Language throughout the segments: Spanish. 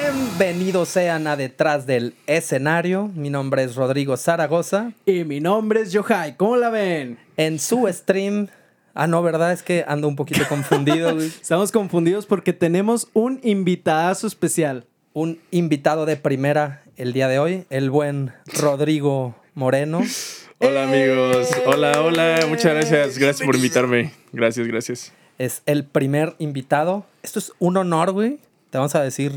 Bienvenidos sean a Detrás del Escenario. Mi nombre es Rodrigo Zaragoza. Y mi nombre es Yohai, ¿cómo la ven? En su stream. Ah, no, ¿verdad? Es que ando un poquito confundido, güey. Estamos confundidos porque tenemos un invitadazo especial. Un invitado de primera el día de hoy, el buen Rodrigo Moreno. Hola amigos, hola, hola, muchas gracias, gracias por invitarme, gracias, gracias. Es el primer invitado. Esto es un honor, güey. Te vamos a decir,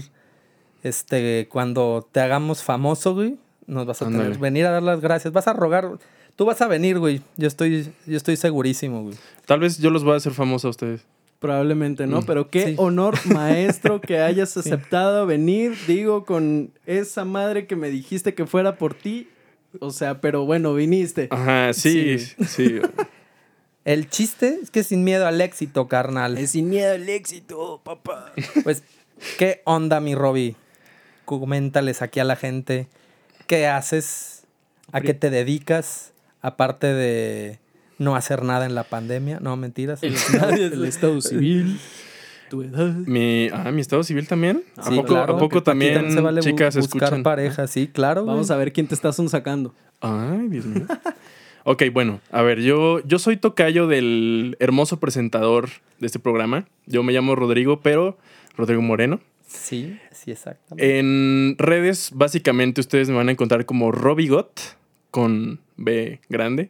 este, cuando te hagamos famoso, güey, nos vas a Ándale. tener venir a dar las gracias. Vas a rogar, tú vas a venir, güey. Yo estoy, yo estoy segurísimo, güey. Tal vez yo los voy a hacer famosos a ustedes. Probablemente no, pero qué sí. honor, maestro, que hayas aceptado venir, digo, con esa madre que me dijiste que fuera por ti. O sea, pero bueno, viniste. Ajá, sí, Sí, sí. El chiste es que sin miedo al éxito, carnal. Es sin miedo al éxito, papá. Pues, ¿qué onda, mi Robbie? Coméntales aquí a la gente qué haces, a qué te dedicas, aparte de no hacer nada en la pandemia. No, mentiras. El, Estado- el Estado Civil, tu edad. Mi, ah, mi estado civil también. ¿A Sí, poco, pues claro, ¿a porque poco aquí también se vale bu- chicas buscar escuchan? pareja, sí, claro. Vamos a ver quién te está sacando. Ay, Dios mío. ok, bueno, a ver, yo, yo soy tocayo del hermoso presentador de este programa. Yo me llamo Rodrigo, pero Rodrigo Moreno. Sí, sí, Eh, exactamente. En redes, básicamente, ustedes me van a encontrar como Robigot con B grande.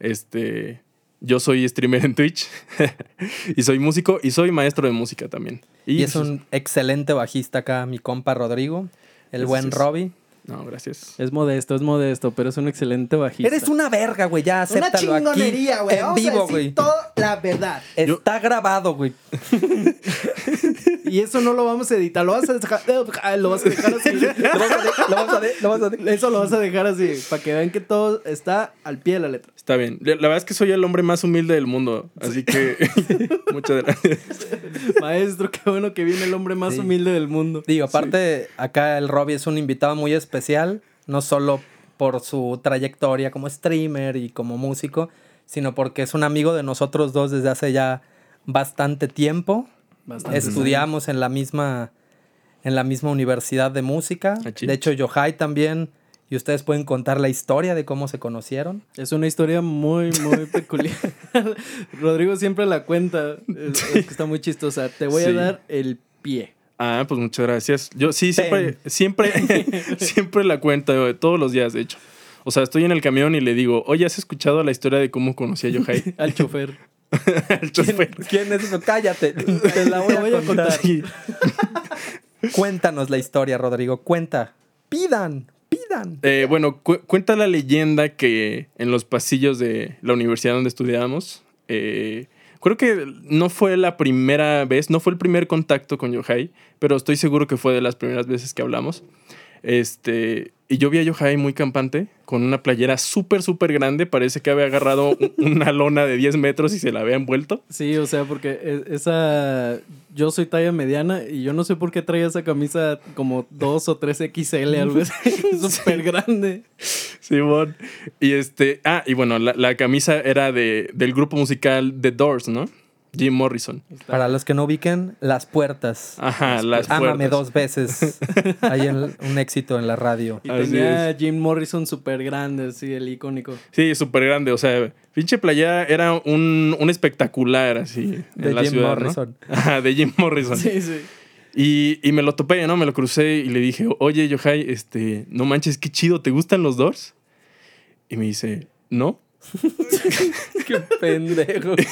Este. Yo soy streamer en Twitch y soy músico y soy maestro de música también. y es un excelente bajista acá, mi compa Rodrigo, el Eso buen es. Robbie. No, gracias. Es modesto, es modesto, pero es un excelente bajista. Eres una verga, güey, ya, acéptalo Una aquí. chingonería, güey. En Vamos a vivo, decir güey. toda la verdad. Yo- Está grabado, güey. Y eso no lo vamos a editar, lo vas a dejar, lo vas a dejar así. Lo vas a de- lo vas a de- lo vas a de- Eso lo vas a dejar así, para que vean que todo está al pie de la letra. Está bien. La la verdad es que soy el hombre más humilde del mundo, así que muchas gracias. Maestro, qué bueno que viene el hombre más Sí. humilde del mundo. Digo, aparte, acá el Robbie es un invitado muy especial, no solo por su trayectoria como streamer y como músico, sino porque es un amigo de nosotros dos desde hace ya bastante tiempo. Bastante. Estudiamos en la misma en la misma universidad de música. Achí. De hecho, Yohai también y ustedes pueden contar la historia de cómo se conocieron. Es una historia muy, muy peculiar. Rodrigo siempre la cuenta, es- es que está muy chistosa. Te voy a Sí. dar el pie. Ah, pues muchas gracias. Yo sí, siempre, siempre, siempre la cuenta, güey, todos los días, de hecho. O sea, estoy en el camión y le digo, oye, ¿has escuchado la historia de cómo conocí a Yohai? Al chofer. Al chofer. ¿Quién es eso? Cállate. Te la voy a contar. Sí. Cuéntanos la historia, Rodrigo. Cuenta. Pidan, pidan. Eh, bueno, cu- cuenta la leyenda que en los pasillos de la universidad donde estudiábamos, eh, creo que no fue la primera vez, no fue el primer contacto con Yohai, pero estoy seguro que fue de las primeras veces que hablamos. Este, y yo vi a Yohai muy campante, con una playera súper, súper grande, parece que había agarrado un- una lona de 10 metros y se la había envuelto. Sí, o sea, porque e- esa. Yo soy talla mediana y yo no sé por qué traía esa camisa como 2 o 3 XL, algo así. Súper grande. Simón. Y este, ah, y bueno, la, la camisa era de, del grupo musical The Doors, ¿no? Jim Morrison. Para los que no ubiquen, Las Puertas. Ajá, las Ámame puertas. dos veces. Hay el- un éxito en la radio. Y Así tenía Jim Morrison súper grande, sí, el icónico. Sí, súper grande. O sea, pinche playera era un, un espectacular así De en la Jim ciudad, ¿no? Morrison. Ajá, de Jim Morrison. Sí, sí. Y, y me lo topé, ¿no? Me lo crucé y le dije, oye, Yohai, este, no manches, qué chido, ¿te gustan los Doors? Y me dice, no. Qué pendejo.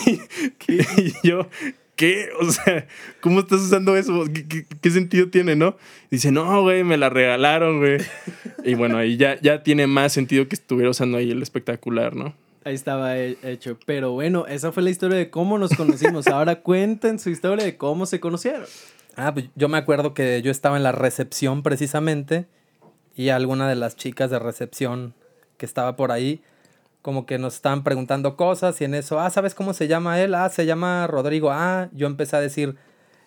Y yo, ¿qué? O sea, ¿cómo estás usando eso? ¿Qué, qué- qué sentido tiene, no? Dice, no, güey, me la regalaron, güey. y bueno, ahí ya, ya tiene más sentido que estuviera usando ahí el espectacular, ¿no? Ahí estaba he- hecho. Pero bueno, esa fue la historia de cómo nos conocimos. Ahora cuenten su historia de cómo se conocieron. Ah, pues yo me acuerdo que yo estaba en la recepción precisamente y alguna de las chicas de recepción que estaba por ahí como que nos estaban preguntando cosas y en eso, ah, ¿sabes cómo se llama él? Ah, se llama Rodrigo. Ah, yo empecé a decir,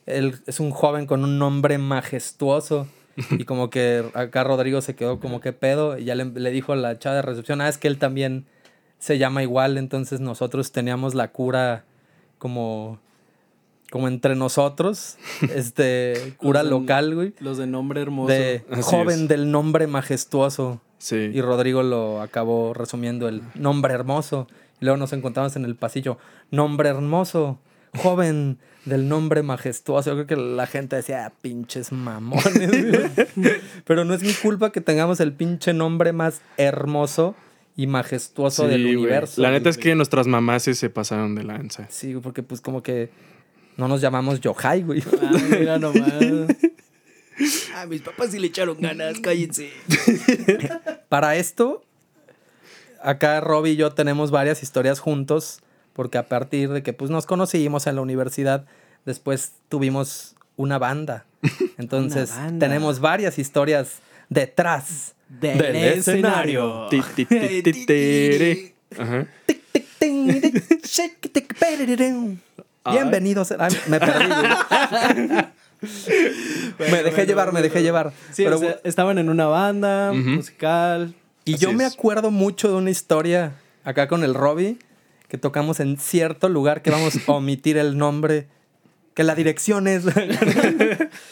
él es un joven con un nombre majestuoso. Y como que acá Rodrigo se quedó como que pedo y ya le, le dijo a la chava de recepción, ah, es que él también se llama igual, entonces nosotros teníamos la cura como como entre nosotros, este cura Los de- local, güey, Los de nombre hermoso. de Así joven es. del nombre majestuoso. Sí. Y Rodrigo lo acabó resumiendo el nombre hermoso. Y luego nos encontramos en el pasillo, nombre hermoso, joven del nombre majestuoso. Yo creo que la gente decía, "Ah, pinches mamones. güey". Pero no es mi culpa que tengamos el pinche nombre más hermoso y majestuoso Sí, del güey. universo. La güey. neta es que nuestras mamases se pasaron de lanza. Sí, güey, porque pues como que no nos llamamos Yohai, güey. Ah, mira nomás. Ah, A mis papás sí le echaron ganas, cállense. Para esto, acá Robbie y yo tenemos varias historias juntos, porque a partir de que pues, nos conocimos en la universidad, después tuvimos una banda. Entonces, Una banda. tenemos varias historias detrás. Del, Del escenario. Ti, ti, ti, ti, tere. Ajá. Ay. Bienvenidos. Ay, me perdí. güey. me dejé llevar, me dejé llevar. Sí, Pero o sea, estaban en una banda musical. Y Así yo me es. acuerdo mucho de una historia acá con el Robbie que tocamos en cierto lugar que vamos a omitir el nombre, que la dirección es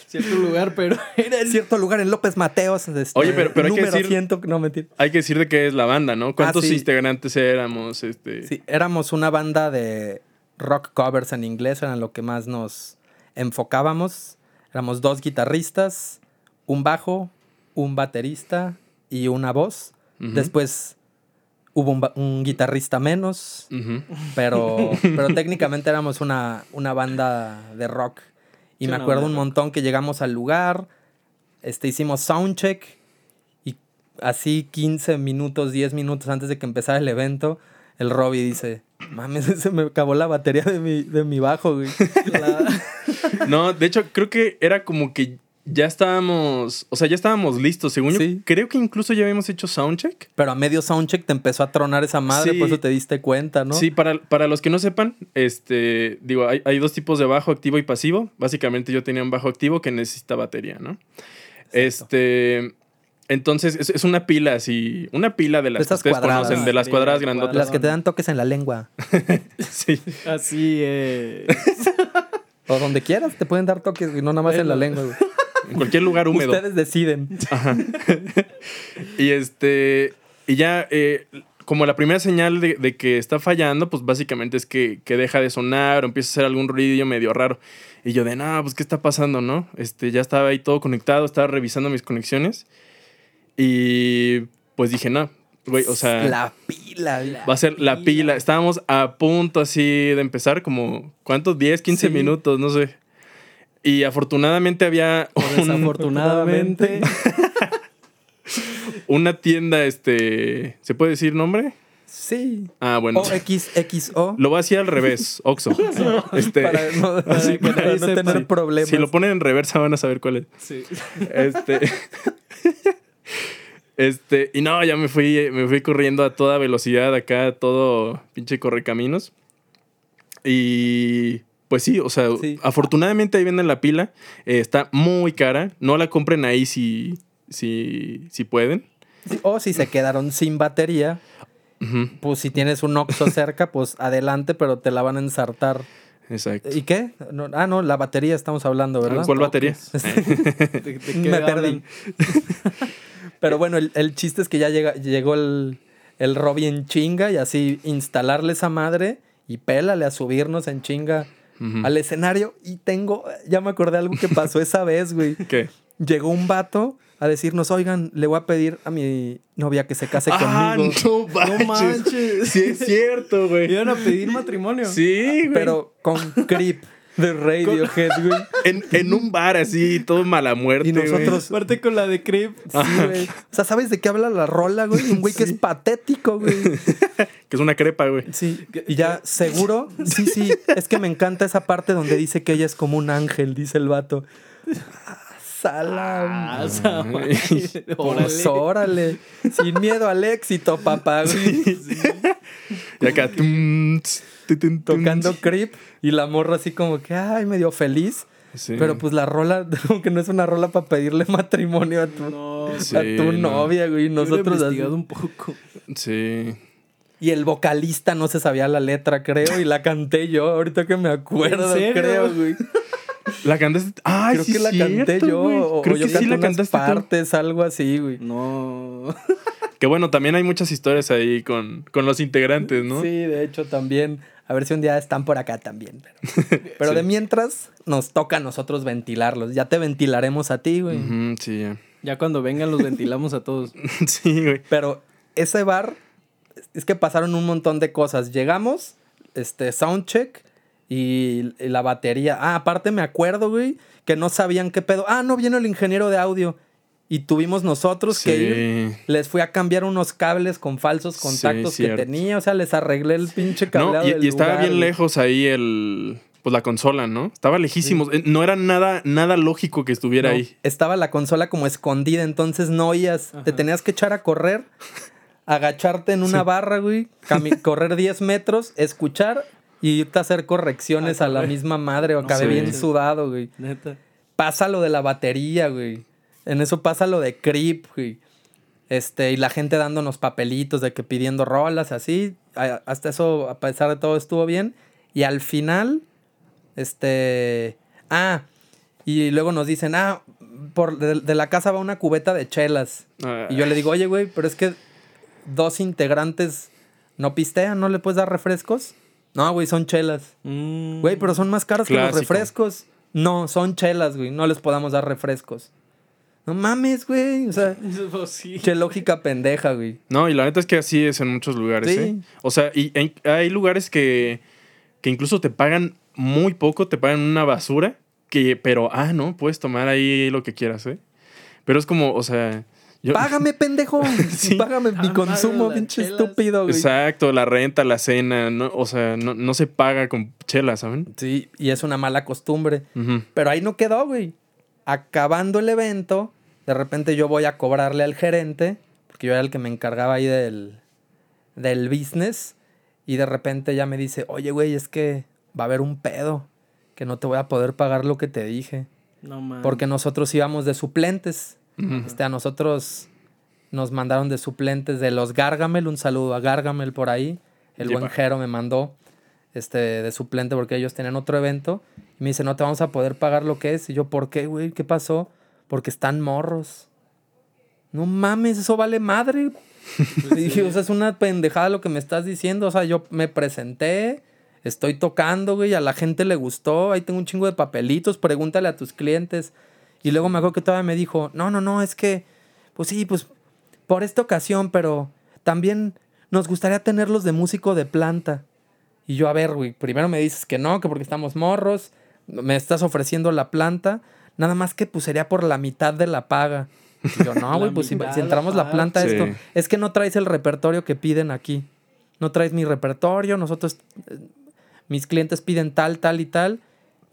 Cierto lugar, pero era en el... cierto lugar en López Mateos. este, Oye, pero- pero hay que número decir- 100, no mentir. Hay que decir de qué es la banda, ¿no? ¿Cuántos Ah, sí. integrantes éramos? Este... Sí, éramos una banda de rock covers en inglés, eran lo que más nos enfocábamos. Éramos dos guitarristas, un bajo, un baterista y una voz. Ujú. Después hubo un ba- un guitarrista menos. Ujú. pero, pero técnicamente éramos una, una banda de rock. Y Sí, me una acuerdo banda un de rock. montón que llegamos al lugar, este, hicimos soundcheck y así 15 minutos, 10 minutos antes de que empezara el evento, el Robbie dice, mames, se me acabó la batería de mi, de mi bajo, güey. No, de hecho, creo que era como que ya estábamos, o sea, ya estábamos listos, según Sí. yo. Creo que incluso ya habíamos hecho soundcheck. Pero a medio soundcheck te empezó a tronar esa madre, Sí. por eso te diste cuenta, ¿no? Sí, para, para los que no sepan, este, digo, hay, hay dos tipos de bajo activo y pasivo. Básicamente yo tenía un bajo activo que necesita batería, ¿no? Este, entonces es, es una pila así, una pila de las Estas que ustedes cuadradas. conocen, de las Sí, cuadradas de grandotas. Las que te dan toques en la lengua. Sí. Así eh, O donde quieras, te pueden dar toques, güey, no nada más en la lengua, güey. En cualquier lugar húmedo. Ustedes deciden. Y este. Y ya, eh, como la primera señal de, de que está fallando, pues básicamente es que, que deja de sonar o empieza a hacer algún ruido medio raro. Y yo de, no, pues qué está pasando, ¿no? Este, ya estaba ahí todo conectado, estaba revisando mis conexiones. Y pues dije, no, güey, o sea. la pila, güey. Va a ser la pila. Estábamos a punto así de empezar, como, ¿cuántos? 10, 15 Sí. minutos, no sé. Y afortunadamente había un- desafortunadamente. una tienda, este, ¿se puede decir nombre? Sí. Ah, bueno. O XXO. Lo va a hacer al revés, Oxo. Este, Para no, Así que para nadie no sepa. tener problemas. si lo ponen en reversa van a saber cuál es. sí. Este, este, y no, ya me fui, me fui corriendo a toda velocidad acá, todo pinche correcaminos. Y pues sí, o sea, Sí. afortunadamente ahí venden la pila. eh, está muy cara. No la compren ahí si, si, si pueden. Sí, O si se quedaron sin batería, Ujú, pues si tienes un Oxxo cerca, pues adelante, pero te la van a ensartar. Exacto. ¿Y qué? No- ah, no, la batería estamos hablando, ¿verdad? ¿Cuál batería? ¿De- de qué Me perdí. hablan? Pero bueno, el, el chiste es que ya llega- llegó el, el Robbie en chinga y así instalarle esa madre y pélale a subirnos en chinga Ujú. al escenario. Y tengo, ya me acordé algo que pasó esa vez, güey. ¿Qué? llegó un vato a decirnos, oigan, le voy a pedir a mi novia que se case conmigo. Ah, no No manches. Sí, es cierto, güey. Iban a pedir matrimonio. Sí, güey. Pero con creep de Radiohead, güey. En, en un bar así, todo mala muerte. Y nosotros- Aparte con la de Crip. Sí, güey. O sea, ¿sabes de qué habla la rola, güey? Un güey que es patético, güey. güey. Que es una crepa, güey. Sí. Y ya, ¿seguro? Sí, sí. Es que me encanta esa parte donde dice que ella es como un ángel, dice el vato. Ah, Salam. Ah, esa madre. Pues órale. Sin miedo al éxito, papá, güey. Y acá. tum, tss, tu, tum, tum, Tocando tss. creep y la morra así como que, ay, medio feliz. Sí. Pero pues la rola, como que no es una rola para pedirle matrimonio a tu, No, a tu Sí, no. novia, güey. y nosotros Nosotros así- investigado un poco. Sí. Y el vocalista no se sabía la letra, creo, y la canté yo, ahorita que me acuerdo, ¿En serio? creo, güey. La cantaste. Ay, Creo sí, que la canté cierto, yo, güey. o, Creo o yo que sí la canté unas cantaste tú. partes, algo así, güey. No. Que bueno, también hay muchas historias ahí con, con los integrantes, ¿no? Sí, de hecho también. A ver si un día están por acá también. Pero, pero de mientras nos toca a nosotros ventilarlos. Ya te ventilaremos a ti, güey. Ujú, sí, ya. Ya cuando vengan los ventilamos a todos. sí, güey. Pero ese bar, es que pasaron un montón de cosas. Llegamos, este, soundcheck y, y la batería. Ah, aparte me acuerdo, güey, que no sabían qué pedo. Ah, no vino el ingeniero de audio. Y tuvimos nosotros que ir. Sí. Les fui a cambiar unos cables con falsos contactos que cierto. tenía. O sea, les arreglé el pinche cableado No, y, del y estaba lugar, bien güey. lejos ahí el. Pues la consola, ¿no? Estaba lejísimos. Eh, No era nada, nada lógico que estuviera No, ahí. Estaba la consola como escondida, entonces no oías. Te tenías que echar a correr, agacharte en una barra, güey, cami- correr 10 metros, escuchar y irte a hacer Ah, correcciones a la misma madre. O acabé sí. bien sudado, güey. Neta. Pasa lo de la batería, güey. En eso pasa lo de creep, güey. Este, y la gente dándonos papelitos de que pidiendo rolas, así. A- Hasta eso, a pesar de todo, estuvo bien. Y al final, este. Ah, y luego nos dicen, ah, por, de, de la casa va una cubeta de chelas. Ah. Y yo le digo, oye, güey, pero es que dos integrantes no pistean, ¿no le puedes dar refrescos? No, güey, son chelas. Mm. Güey, pero son más caras que Clásico. los refrescos. No, son chelas, güey. No les podamos dar refrescos. No mames, güey. O sea, Pues sí. qué lógica pendeja, güey. No, y la neta es que así es en muchos lugares, Sí. ¿eh? O sea, y hay, hay lugares que, que incluso te pagan muy poco, te pagan una basura, que, pero, ah, no, puedes tomar ahí lo que quieras, ¿eh? Pero es como, o sea... yo- Págame, pendejo. Sí. Págame mi Ah, consumo, madre, las pinche chelas. estúpido, güey. Exacto, la renta, la cena, no, o sea, no, no se paga con chela, ¿saben? Sí, y es una mala costumbre. Ujú. Pero ahí no quedó, güey. Acabando el evento, de repente yo voy a cobrarle al gerente, porque yo era el que me encargaba ahí del, del business, y de repente ya me dice, oye, güey, es que va a haber un pedo, que no te voy a poder pagar lo que te dije, No mames. porque nosotros íbamos de suplentes. Este, a nosotros nos mandaron de suplentes de los Gargamel, un saludo a Gargamel por ahí. El Yepa. buen Jero me mandó este, de suplente porque ellos tenían otro evento. Y me dice, no te vamos a poder pagar lo que es. Y yo, ¿por qué, güey? ¿Qué pasó? Porque están morros. No mames, eso vale madre. Le dije, o sea, es una pendejada lo que me estás diciendo. O sea, yo me presenté, estoy tocando, güey, a la gente le gustó. Ahí tengo un chingo de papelitos, pregúntale a tus clientes. Y luego me acuerdo que todavía me dijo, no, no, no, es que, pues sí, pues por esta ocasión, pero también nos gustaría tenerlos de músico de planta. Y yo, a ver, güey, primero me dices que no, que porque estamos morros, me estás ofreciendo la planta, nada más que pues sería por la mitad de la paga. Y yo, no, La güey, pues si, mitad si de la entramos la paga. planta, Sí. esto, es que no traes el repertorio que piden aquí. No traes mi repertorio, nosotros, eh, mis clientes piden tal, tal y tal.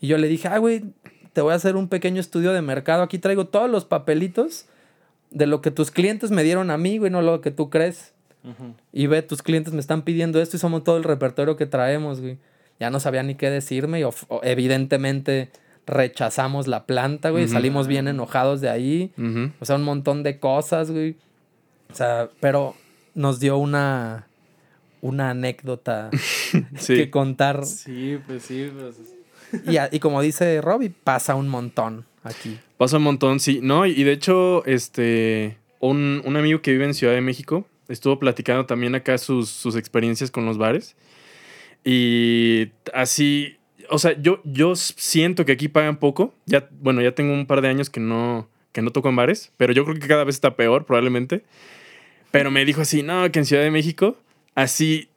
Y yo le dije, ah, güey, te voy a hacer un pequeño estudio de mercado. Aquí traigo todos los papelitos de lo que tus clientes me dieron a mí, güey, no lo que tú crees. Y ve, tus clientes me están pidiendo esto y somos todo el repertorio que traemos, güey. Ya no sabía ni qué decirme y of- o- evidentemente rechazamos la planta, güey. Salimos bien enojados de ahí. Ujú. O sea, un montón de cosas, güey. O sea, pero nos dio una, una anécdota Sí. que contar. Sí, pues sí. Pues. Y, a- y como dice Robbie, pasa un montón aquí. Pasa un montón, sí. No, y- y de hecho, este, un, un amigo que vive en Ciudad de México estuvo platicando también acá sus, sus experiencias con los bares. Y así, o sea, yo, yo s- siento que aquí pagan poco. Ya, bueno, ya tengo un par de años que no, que no toco en bares, pero yo creo que cada vez está peor, probablemente. Pero me dijo así, no, que en Ciudad de México, así,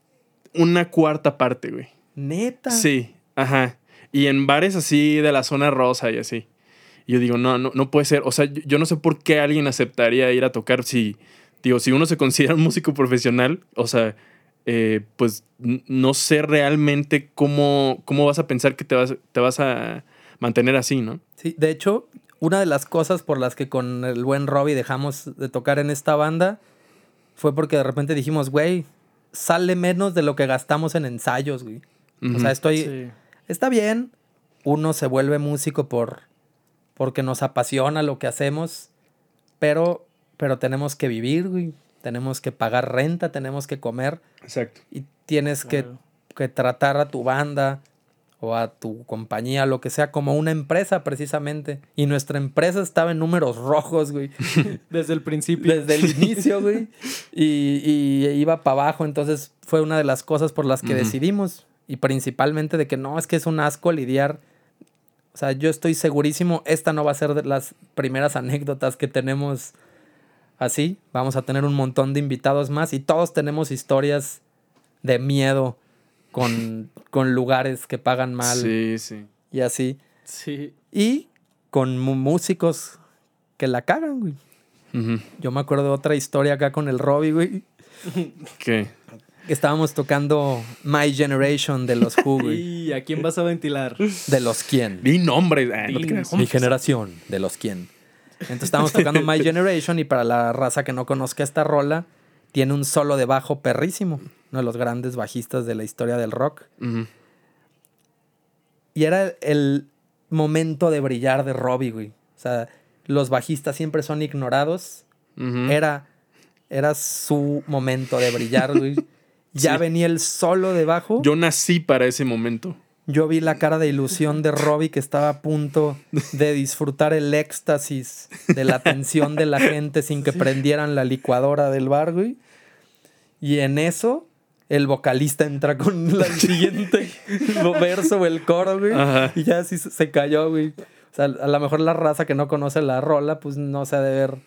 una cuarta parte, güey. Neta. Sí, ajá. Y en bares así de la zona rosa y así. Y Yo digo, no, no, no puede ser. O sea, yo, yo no sé por qué alguien aceptaría ir a tocar si, digo, si uno se considera un músico profesional, o sea, eh, pues n- no sé realmente cómo, cómo vas a pensar que te vas, te vas a mantener así, ¿no? Sí, de hecho, una de las cosas por las que con el buen Robbie dejamos de tocar en esta banda fue porque de repente dijimos, güey, sale menos de lo que gastamos en ensayos, güey. O sea, estoy... Sí. Está bien, uno se vuelve músico por... porque nos apasiona lo que hacemos, pero, pero tenemos que vivir, güey. tenemos que pagar renta, tenemos que comer Exacto. y tienes que, Claro. que tratar a tu banda o a tu compañía, lo que sea, como una empresa precisamente. Y nuestra empresa estaba en números rojos, güey. Desde el principio. Desde el inicio, güey. Y, y iba para abajo. Entonces fue una de las cosas por las que Ujú. decidimos. Y principalmente de que no, es que es un asco lidiar. O sea, yo estoy segurísimo, esta no va a ser de las primeras anécdotas que tenemos así. Vamos a tener un montón de invitados más y todos tenemos historias de miedo con, con lugares que pagan mal Sí, sí. y así. Sí. Y con mu- músicos que la cagan, güey. Ujú. Yo me acuerdo de otra historia acá con el Robbie, güey. ¿Qué? que Estábamos tocando My Generation de los Who, güey. ¿Y a quién vas a ventilar? De los quién. Di nombres. Ah, no te Di creas. Mi generación, de los quién. Entonces estábamos tocando My Generation y para la raza que no conozca esta rola, tiene un solo de bajo perrísimo. Uno de los grandes bajistas de la historia del rock. Ujú. Y era el momento de brillar de Robbie, güey. O sea, los bajistas siempre son ignorados. Ujú. Era, era su momento de brillar, güey. Ya Sí. venía el solo debajo. Yo, Yo nací para ese momento. vi la cara de ilusión de Robbie que estaba a punto de disfrutar el éxtasis de la atención de la gente sin que prendieran la licuadora del bar, güey. Y en eso, el vocalista entra con la- el siguiente verso o el coro, güey. Ajá. Y ya así se- se cayó, güey. O sea, a lo mejor la raza que no conoce la rola, pues no se ha de haber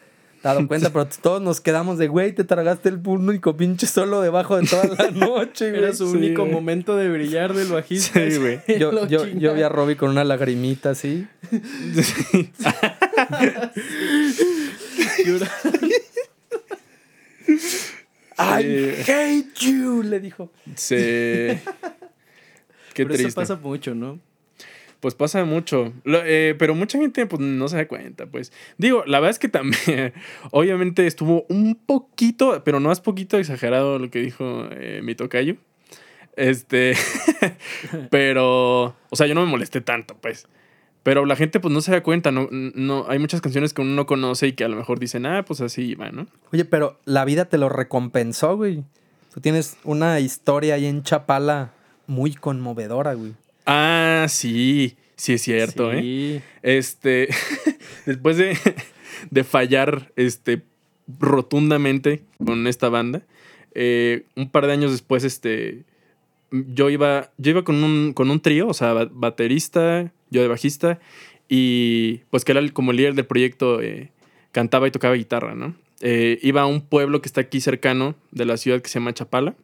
dado cuenta, pero todos nos quedamos de, güey, te tragaste el único pinche solo debajo de toda la noche, güey. Era su Sí, único güey. momento de brillar del bajista. Sí, güey. Yo, Lo yo, yo vi a chingaron. Robbie con una lagrimita así. I hate you, le dijo. Se... Qué Pero triste. eso pasa mucho, ¿no? Pues pasa mucho. Lo- eh, pero mucha gente pues, no se da cuenta, pues. Digo, la verdad es que también, obviamente estuvo un poquito, pero no es poquito exagerado lo que dijo eh, mi tocayo. Este, pero, o sea, yo no me molesté tanto, pues. Pero la gente pues no se da cuenta, no, no, hay muchas canciones que uno no conoce y que a lo mejor dicen, ah, pues así va, ¿no? Oye, pero la vida te lo recompensó, güey. Tú tienes una historia ahí en Chapala muy conmovedora, güey. Ah, sí, sí es cierto, ¿eh? sí. Este, después de, de fallar este, rotundamente con esta banda, eh, un par de años después, este, yo iba, yo iba con un, con un trío, o sea, ba- baterista, yo de bajista, y pues que era el- como el líder del proyecto, eh, cantaba y tocaba guitarra, ¿no? Eh, iba a un pueblo que está aquí cercano de la ciudad que se llama Chapala.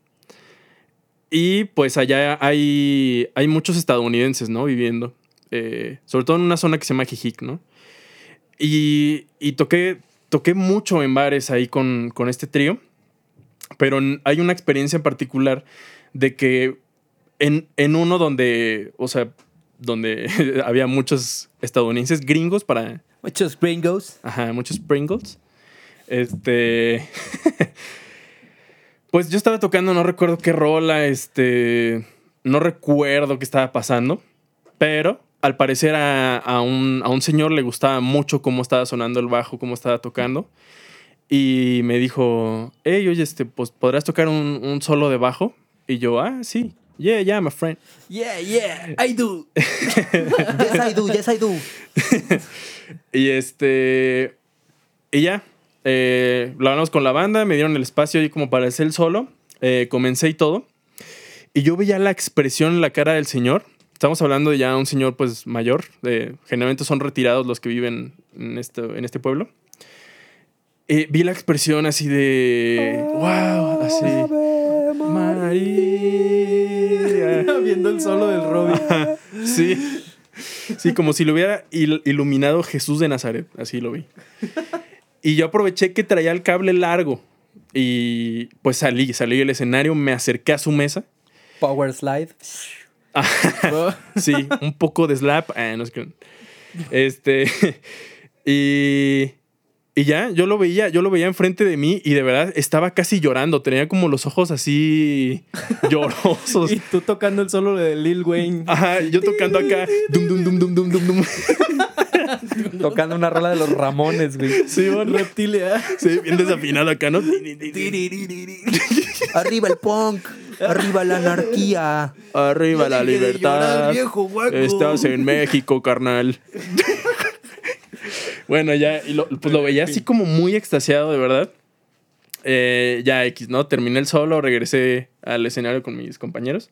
Y pues allá hay, hay muchos estadounidenses, ¿no? Viviendo. eh, sobre todo en una zona que se llama Jijic, ¿no? Y, y toqué, toqué mucho en bares ahí con, con este trío. Pero n- hay una experiencia en particular de que en, en uno donde, o sea, donde había muchos estadounidenses gringos para, Muchos gringos. Ajá, muchos Pringles. Este. pues yo estaba tocando, no recuerdo qué rola, este. No recuerdo qué estaba pasando, pero al parecer a, a un, a un señor le gustaba mucho cómo estaba sonando el bajo, cómo estaba tocando. Y me dijo, hey, oye, este, pues, ¿podrás tocar un, un solo de bajo? Y yo, ah, sí, yeah, yeah, my friend. Yeah, yeah, I do. Yes, I do, yes, I do. Y este. Y ya. eh, lo hablamos con la banda, me dieron el espacio y como para hacer el solo. eh, comencé y todo. Y yo veía la expresión en la cara del señor. Estamos hablando de ya un señor pues mayor. eh, generalmente son retirados los que viven en este, en este pueblo. Eh, vi la expresión así de. ¡Wow! Así. María. eh, Viendo el solo del Robin. Sí. Sí, como si lo hubiera il- iluminado Jesús de Nazaret. Así lo vi. Y yo aproveché que traía el cable largo. Y pues salí, salí del escenario, me acerqué a su mesa. Power slide. Sí, un poco de slap. Ah, no sé qué. Este. Y. Y ya, yo lo veía, yo lo veía enfrente de mí y de verdad estaba casi llorando. Tenía como los ojos así llorosos. y tú tocando Ah. el solo de Lil Wayne. Ajá, yo tocando acá. Dum, dum, dum, dum, dum, dum, dum. Tocando una rola de los Ramones, güey. Sí, bueno, Reptilia. sí, bien desafinado acá, ¿no? Arriba el punk, arriba la anarquía. Arriba la Ya deje de libertad. llorar, viejo guaco. Estás en México, carnal. bueno, ya, y lo- pues lo veía así como muy extasiado, de verdad. Eh, ya X, ¿no? Terminé el solo, regresé al escenario con mis compañeros.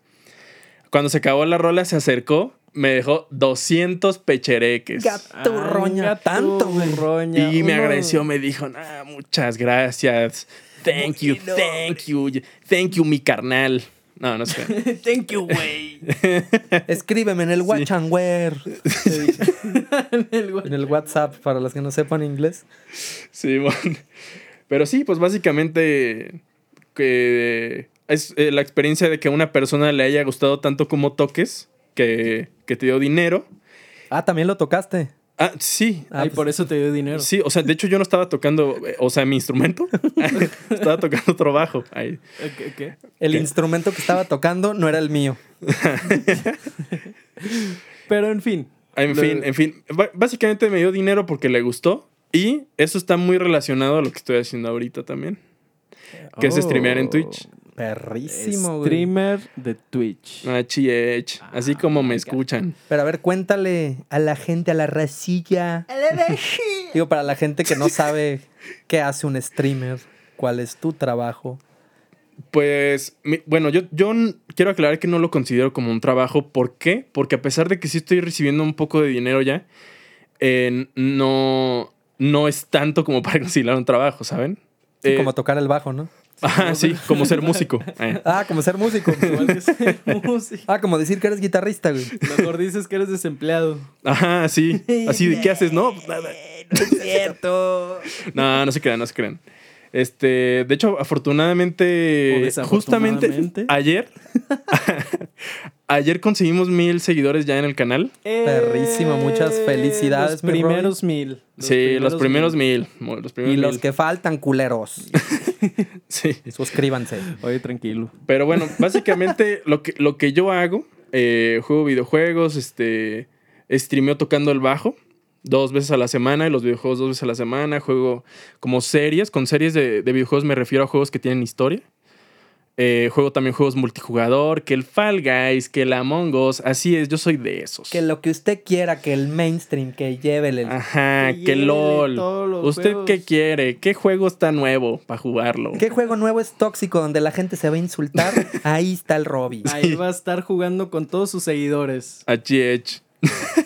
Cuando se acabó la rola, se acercó, me dejó 200 pechereques. Gato roña, tanto, güey. roña. Y me Uno- agradeció, me dijo, "Nah, muchas gracias. Thank you, thank you, thank you, mi carnal. No, no sé. Thank you, güey. Escríbeme en el Wachanware. en el gua- En el WhatsApp, para los que no sepan inglés. Sí, bueno. Pero sí, pues básicamente que es eh, la experiencia de que a una persona le haya gustado tanto como toques, que, que te dio dinero. Ah, también lo tocaste. Ah, sí. Ah, Ay, pues, por eso te dio dinero. Sí, o sea, de hecho yo no estaba tocando, eh, o sea, mi instrumento. estaba tocando otro bajo. Ay. ¿Qué? qué? El ¿Qué? instrumento que estaba tocando no era el mío. Pero en fin. En Lo- fin, en fin. Ba- Básicamente me dio dinero porque le gustó. Y eso está muy relacionado a lo que estoy haciendo ahorita también. que es streamear Oh, en Twitch. Perrísimo, güey. Streamer de Twitch. Ah, chiech. Así como me escuchan. Pero a ver, cuéntale a la gente, a la racilla. Digo, para la gente que no sabe qué hace un streamer, cuál es tu trabajo. Pues, mi- bueno, yo, yo n- quiero aclarar que no lo considero como un trabajo. ¿Por qué? Porque a pesar de que sí estoy recibiendo un poco de dinero ya, eh, no, no es tanto como para considerar un trabajo, ¿saben? Sí, Eh, como tocar el bajo, ¿no? ajá, sí, como ser músico. Eh. Ah, como ser músico. Igual que ser músico. Ah, como decir que eres guitarrista, güey. Mejor dices que eres desempleado. Ajá, sí. Así de, ¿qué haces? No, pues nada. Eh, no es cierto. No, no se crean, no se crean. Este, de hecho, afortunadamente, O justamente desafortunadamente. ayer, ayer conseguimos mil seguidores ya en el canal. Perrísimo, muchas felicidades, Eh, Los mi Roy. primeros mil. sí, los primeros mil. mo- Los Y primeros los mil. que faltan, culeros. Sí. Suscríbanse. Oye, tranquilo. Pero bueno, básicamente lo que, lo que yo hago, eh, juego videojuegos, este, streameo tocando el bajo dos veces a la semana y los videojuegos dos veces a la semana, juego como series, con series de, de videojuegos me refiero a juegos que tienen historia. Eh, juego también juegos multijugador, que el Fall Guys, que el Among Us, así es, yo soy de esos. Que lo que usted quiera, que el mainstream, que lleve el... Ajá, Que que llévele Ah, LOL. todos los ¿Usted qué juegos. quiere? ¿Qué juego está nuevo para jugarlo? ¿Qué juego nuevo es tóxico donde la gente se va a insultar? Ahí está el Robby. Ahí va a estar jugando con todos sus seguidores. A GH. E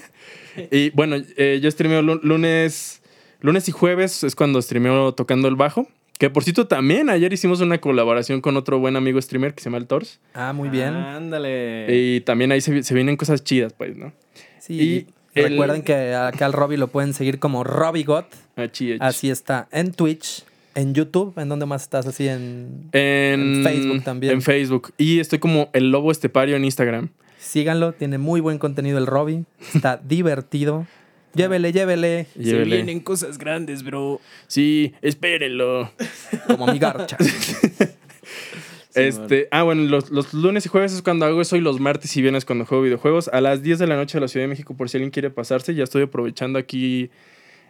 y bueno, eh, yo streameo lu- lunes, lunes y jueves es cuando streameo tocando el bajo. Que por cierto, también ayer hicimos una colaboración con otro buen amigo streamer que se llama el Tors. Ah, muy bien. Ándale. Eh. Y también ahí se, vi- se vienen cosas chidas, pues, ¿no? Sí. y el- Recuerden que acá al Robby lo pueden seguir como Robby Got. A GH. Así está. En Twitch, en YouTube, ¿en dónde más estás? Así en. En, En Facebook también. En Facebook. Y estoy como el lobo estepario en Instagram. Síganlo, tiene muy buen contenido el Robby. Está divertido. Llévele, llévele. Se Llévele. vienen cosas grandes, bro. Sí, espérenlo. Como mi garcha. este, Ah, bueno, los, los lunes y jueves es cuando hago eso y los martes y viernes cuando juego videojuegos. A las 10 de la noche de la Ciudad de México, por si alguien quiere pasarse, ya estoy aprovechando aquí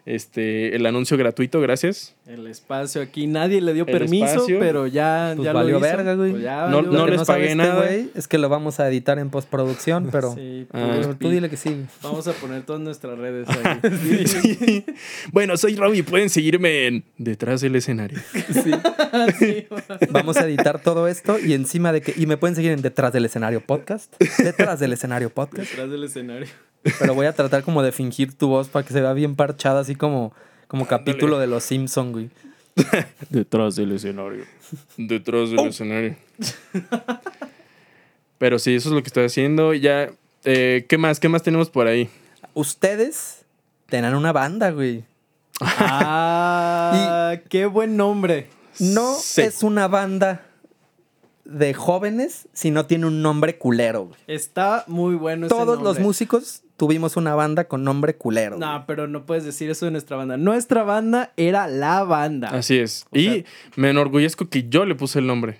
este, el anuncio gratuito, gracias. El espacio aquí. Nadie le dio El permiso, espacio. pero ya, Pues ya valió lo hizo. verga, güey. Pues ya No- valió no Lo que les sabe pagué este nada. güey es que lo vamos a editar en postproducción, pero. Sí, pues, Ah. pero tú dile que sí. Vamos a poner todas nuestras redes ahí. Sí. Bueno, soy Robbie, pueden seguirme en Detrás del escenario. Vamos a editar todo esto y encima de que. Y me pueden seguir en Detrás del Escenario Podcast. Detrás del Escenario Podcast. Detrás del escenario. Pero voy a tratar como de fingir tu voz para que se vea bien parchada, así como, como capítulo de los Simpsons, güey. Detrás del escenario. Detrás del escenario. Oh. Pero sí, eso es lo que estoy haciendo. Y Ya, eh, ¿qué más? ¿Qué más tenemos por ahí? Ustedes tenían una banda, güey. Ah, qué buen nombre. No Sí. es una banda de jóvenes si no tiene un nombre culero, güey. Está muy bueno ese Todos los nombre. músicos tuvimos una banda con nombre culero. güey. No, pero no puedes decir eso de nuestra banda. Nuestra banda era la banda. Así es. O sea- y me enorgullezco que yo le puse el nombre.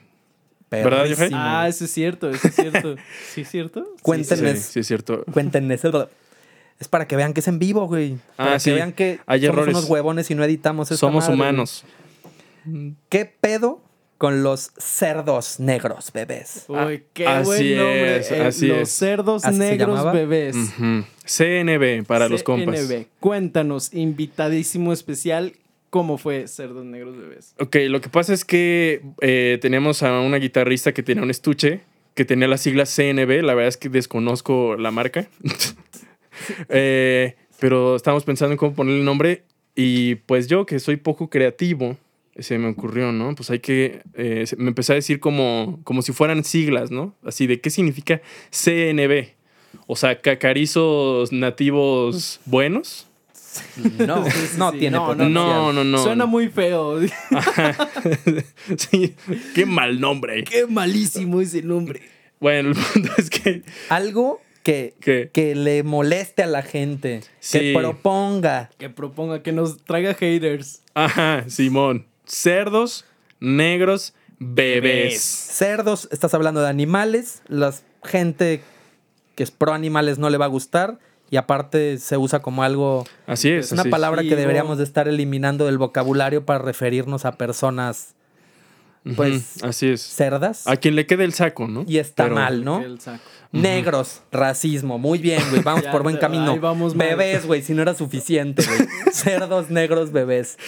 ¿verdad, Yohei? Perrísimo, Ah, güey. eso es cierto, eso es cierto. ¿Sí es cierto? Cuéntenme. Sí, sí, es cierto. Cuéntenme eso. Es para que vean que es en vivo, güey. Ah, Para sí. que vean que Hay somos errores. unos huevones y no editamos esta Somos madre, güey. humanos. ¿Qué pedo con los cerdos negros, bebés? Uy, qué Ah, así buen nombre. es, Eh, así los es. cerdos ¿Así se negros llamaba? bebés. Ujú. CNB para los compas. CNB. Cuéntanos, invitadísimo especial, ¿cómo fue Cerdos Negros Bebés? Ok, lo que pasa es que eh, teníamos a una guitarrista que tenía un estuche que tenía las siglas CNB. La verdad es que desconozco la marca. Eh, pero estábamos pensando en cómo ponerle el nombre. Y pues yo, que soy poco creativo, se me ocurrió, ¿no? Pues hay que. eh, se- me empecé a decir como, como si fueran siglas, ¿no? Así de qué significa CNB. O sea, cacarizos nativos buenos. No, no sí. tiene No, no, potencial. No, no, no. Suena muy feo. Sí, qué mal nombre. Qué malísimo ese nombre. Bueno, el punto es que. Algo que, ¿Qué? que le moleste a la gente, Sí. que proponga. que proponga que nos traiga haters. Ajá, Simón. Cerdos, negros, bebés. Cerdos, estás hablando de animales, la gente que es pro animales no le va a gustar y aparte se usa como algo... Así es. Es una así es. palabra que Digo- deberíamos de estar eliminando del vocabulario para referirnos a personas, pues, Ujú, así es. cerdas. A quien le quede el saco, ¿no? Y está Pero- mal, ¿no? El saco. Negros, racismo, muy bien, güey, vamos Ya por buen te- camino. ahí vamos mal. bebés, güey, si no era suficiente, güey. Cerdos, negros, bebés.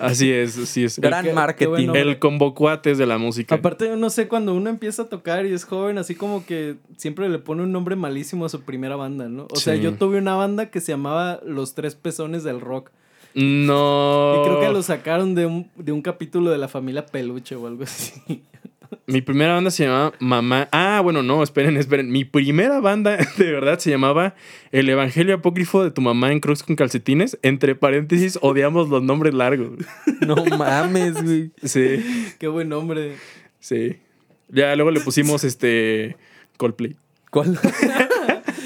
Así es, así es. Gran qué- qué marketing. bueno. El, el convocuates de la música. Aparte, yo no sé, cuando uno empieza a tocar y es joven, así como que siempre le pone un nombre malísimo a su primera banda, ¿no? O sea, Sí. yo tuve una banda que se llamaba Los Tres Pezones del Rock. no. Y creo que lo sacaron de un, de un capítulo de la familia Peluche o algo así. Mi primera banda se llamaba Mamá. Ah, bueno, no, esperen, esperen. Mi primera banda de verdad se llamaba El Evangelio Apócrifo de tu mamá en Cruz con calcetines. Entre paréntesis, odiamos los nombres largos. No mames, güey. Sí. Qué buen nombre. Sí. Ya luego le pusimos este Coldplay. ¿Cuál?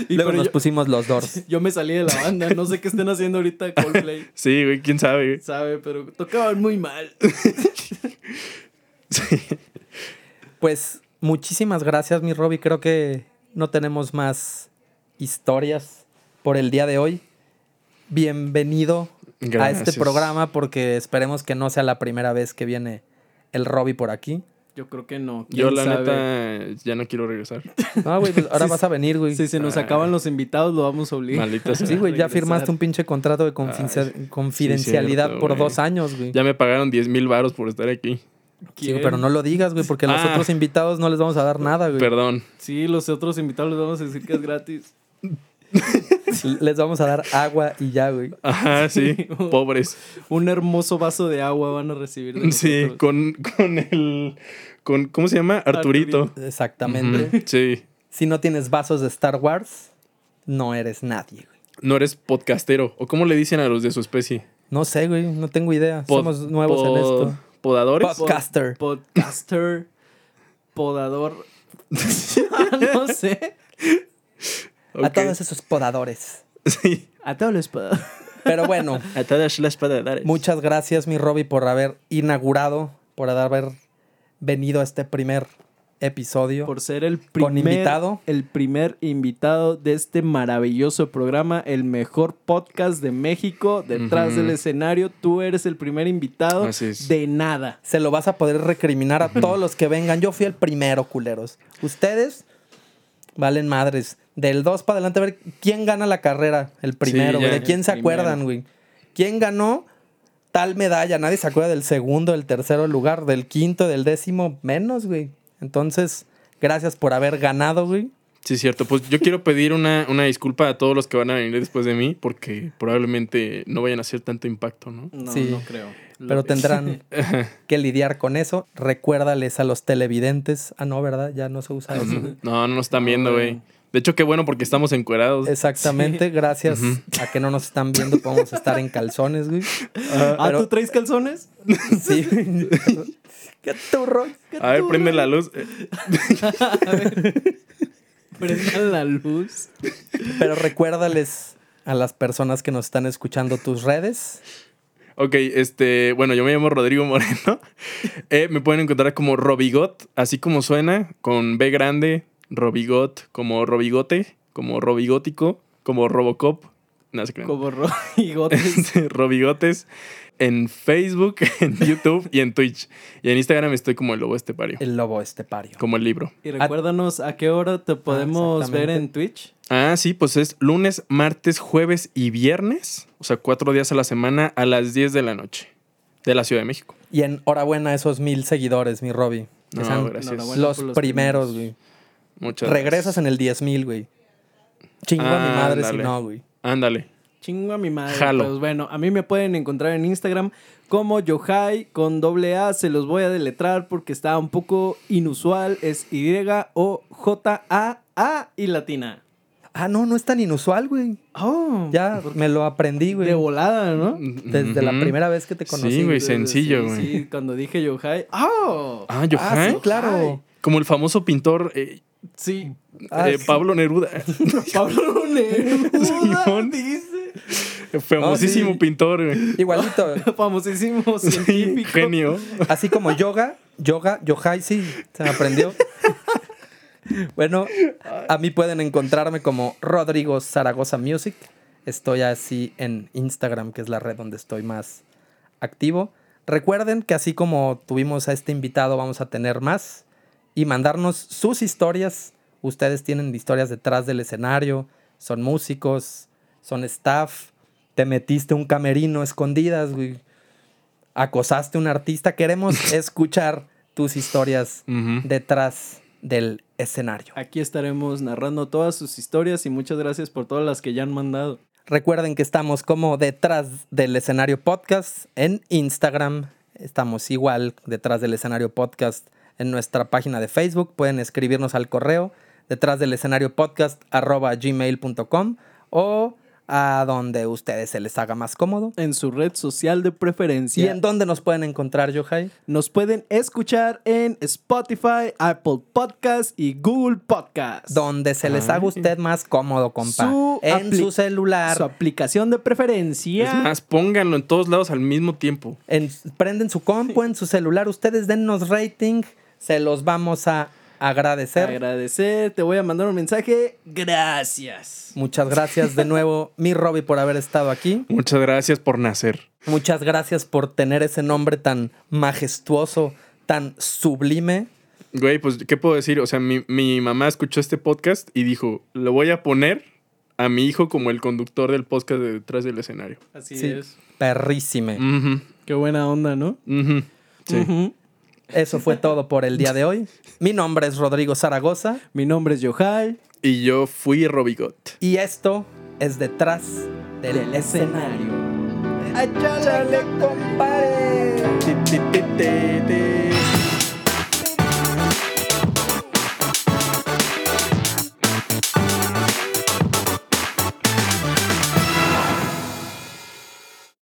Y Luego pero nos yo, pusimos los Doors. yo me salí de la banda. No sé qué estén haciendo ahorita Coldplay. Sí, güey, quién sabe. güey. Sabe, pero tocaban muy mal. Pues muchísimas gracias, mi Robbie. Creo que no tenemos más historias por el día de hoy. Bienvenido a Gracias. este programa porque esperemos que no sea la primera vez que viene el Robbie por aquí. Yo creo que no. Yo ¿Quién la sabe? neta ya no quiero regresar. No, güey, pues ahora Sí, vas a venir, güey. Si se ah. nos acaban los invitados, lo vamos a obligar. Maldita sea. Sí, güey, ya Regresar. firmaste un pinche contrato de confidencia- confidencialidad cierto, por güey. dos años, güey. Ya me pagaron 10 mil varos por estar aquí. Sí, ¿Quién? pero no lo digas, güey, porque a los Ah. otros invitados no les vamos a dar nada, güey. Perdón. Sí, los otros invitados les vamos a decir que es gratis. Les vamos a dar agua y ya, güey. Ajá, sí. Sí. Pobres. Un hermoso vaso de agua van a recibir. de Sí, nosotros. con, con el. Con, ¿Cómo se llama? Arturito. Exactamente. Ujú, Sí. Si no tienes vasos de Star Wars, no eres nadie, güey. No eres podcastero. ¿O cómo le dicen a los de su especie? No sé, güey, no tengo idea. Pod- Somos nuevos en pod- esto. ¿Podadores? Podcaster. Podcaster. Podador. no sé. A Ah, Ok. todos esos podadores. Sí. A todos los podadores. Pero bueno, A todas las podadores. muchas gracias, mi Robbie, por haber inaugurado, por haber venido a este primer episodio. Por ser el primer. Con invitado. El primer invitado de este maravilloso programa, el mejor podcast de México, detrás Ujú. del escenario. Tú eres el primer invitado Así es. de nada. Se lo vas a poder recriminar a todos los que vengan. Yo fui el primero, culeros. Ustedes valen madres. Del 2 para adelante, a ver quién gana la carrera. El primero, ya. güey. ¿De quién El se primero. acuerdan, güey? ¿Quién ganó tal medalla? Nadie se acuerda del segundo, del tercero lugar, del quinto, del décimo, menos, güey. Entonces, gracias por haber ganado, güey. Sí, cierto. Pues yo quiero pedir una, una disculpa a todos los que van a venir después de mí, porque probablemente no vayan a hacer tanto impacto, ¿no? No, Sí. no creo. Pero tendrán que lidiar con eso. Recuérdales a los televidentes. Ah, no, ¿verdad? Ya no se usa eso. güey. No, no nos están viendo, güey. bueno. De hecho, qué bueno porque estamos encuerados. Exactamente, gracias a que no nos están viendo, podemos estar en calzones, güey. Ah, Pero- ¿tú traes calzones? Sí. Qué turro. A ver, prende la luz. Eh, Prendan la luz. Pero recuérdales a las personas que nos están escuchando tus redes. Ok, este, bueno, yo me llamo Rodrigo Moreno. Eh, me pueden encontrar como Robigot, así como suena, con B grande, Robigot, como Robigote, como Robigótico, como Robocop, No se crean. Como Ro y Gotes. Este, Robigotes en Facebook, en YouTube y en Twitch. Y en Instagram estoy como el lobo estepario. El lobo estepario. Como el libro. Y recuérdanos a qué hora te podemos ver en Twitch. Ah, sí, pues es lunes, martes, jueves y viernes. O sea, cuatro días a la semana a las 10 de la noche de la Ciudad de México. Y enhorabuena a esos mil seguidores, mi Robbie. Que No, sean gracias. enhorabuena. los, por pues, los primeros, primeros. güey. Muchas Regresas en el 10.000, güey. Chingo a mi Ah, madre si ándale. no, güey. Ándale. Chingo a mi madre. Jalo. Pues bueno, a mí me pueden encontrar en Instagram como Yohai con doble A. Se los voy a deletrar porque está un poco inusual. Es Y o J A A y latina. Ah, no, no es tan inusual, güey. Oh, Ya me lo aprendí, de güey. volada, ¿no? Desde la Ujú. primera vez que te conocí. Sí, güey, Sí, Mm, sencillo, sí, güey. Sí, cuando dije Yohai. ¡Oh! Ah, yo, Ah, sí, claro. Como el famoso pintor eh, Sí. Ah, eh, sí. Pablo Neruda. Pablo Neruda, Simón. ¿eh? dice. Famosísimo Ah, sí. pintor, güey. Igualito. Famosísimo Sí, científico. genio. Así como yoga, yoga, yohai, sí, se me aprendió. Bueno, a mí pueden encontrarme como Rodrigo Zaragoza Music. Estoy así en Instagram, que es la red donde estoy más activo. Recuerden que así como tuvimos a este invitado, vamos a tener más y mandarnos sus historias. Ustedes tienen historias detrás del escenario, son músicos, son staff, te metiste un camerino a escondidas, güey. Acosaste a un artista. Queremos escuchar tus historias Ujú. detrás del escenario. Aquí estaremos narrando todas sus historias y muchas gracias por todas las que ya han mandado. Recuerden que estamos como detrás del escenario podcast en Instagram. Estamos igual detrás del escenario podcast en nuestra página de Facebook. Pueden escribirnos al correo detrás del escenario podcast arroba gmail.com o a donde ustedes se les haga más cómodo. En su red social de preferencia. ¿Y en dónde nos pueden encontrar, Yohai? Nos pueden escuchar en Spotify, Apple Podcast y Google Podcast. Donde se les haga Ay. usted más cómodo, compa. Su en su apli- celular. Su aplicación de Es preferencia. más, pónganlo en todos lados al mismo tiempo. en- prenden su compu, en su celular. Ustedes dennos rating. Se los vamos a agradecer. Agradecer, te voy a mandar un mensaje. Gracias. Muchas gracias de nuevo, mi Robbie, por haber estado aquí. Muchas gracias por nacer. Muchas gracias por tener ese nombre tan majestuoso, tan sublime. Güey, pues, ¿qué puedo decir? O sea, mi, mi mamá escuchó este podcast y dijo, lo voy a poner a mi hijo como el conductor del podcast de detrás del escenario. Así Sí, es. perrísime. Ujú, Qué buena onda, ¿no? ujú, Sí. Ujú. Eso fue todo por el día de hoy. Mi nombre es Rodrigo Zaragoza Mi nombre es Yohai. Y yo fui Robigot. y esto es Detrás del Escenario. ¡Achale, compadre! Ti, ti, ti, ti, ti.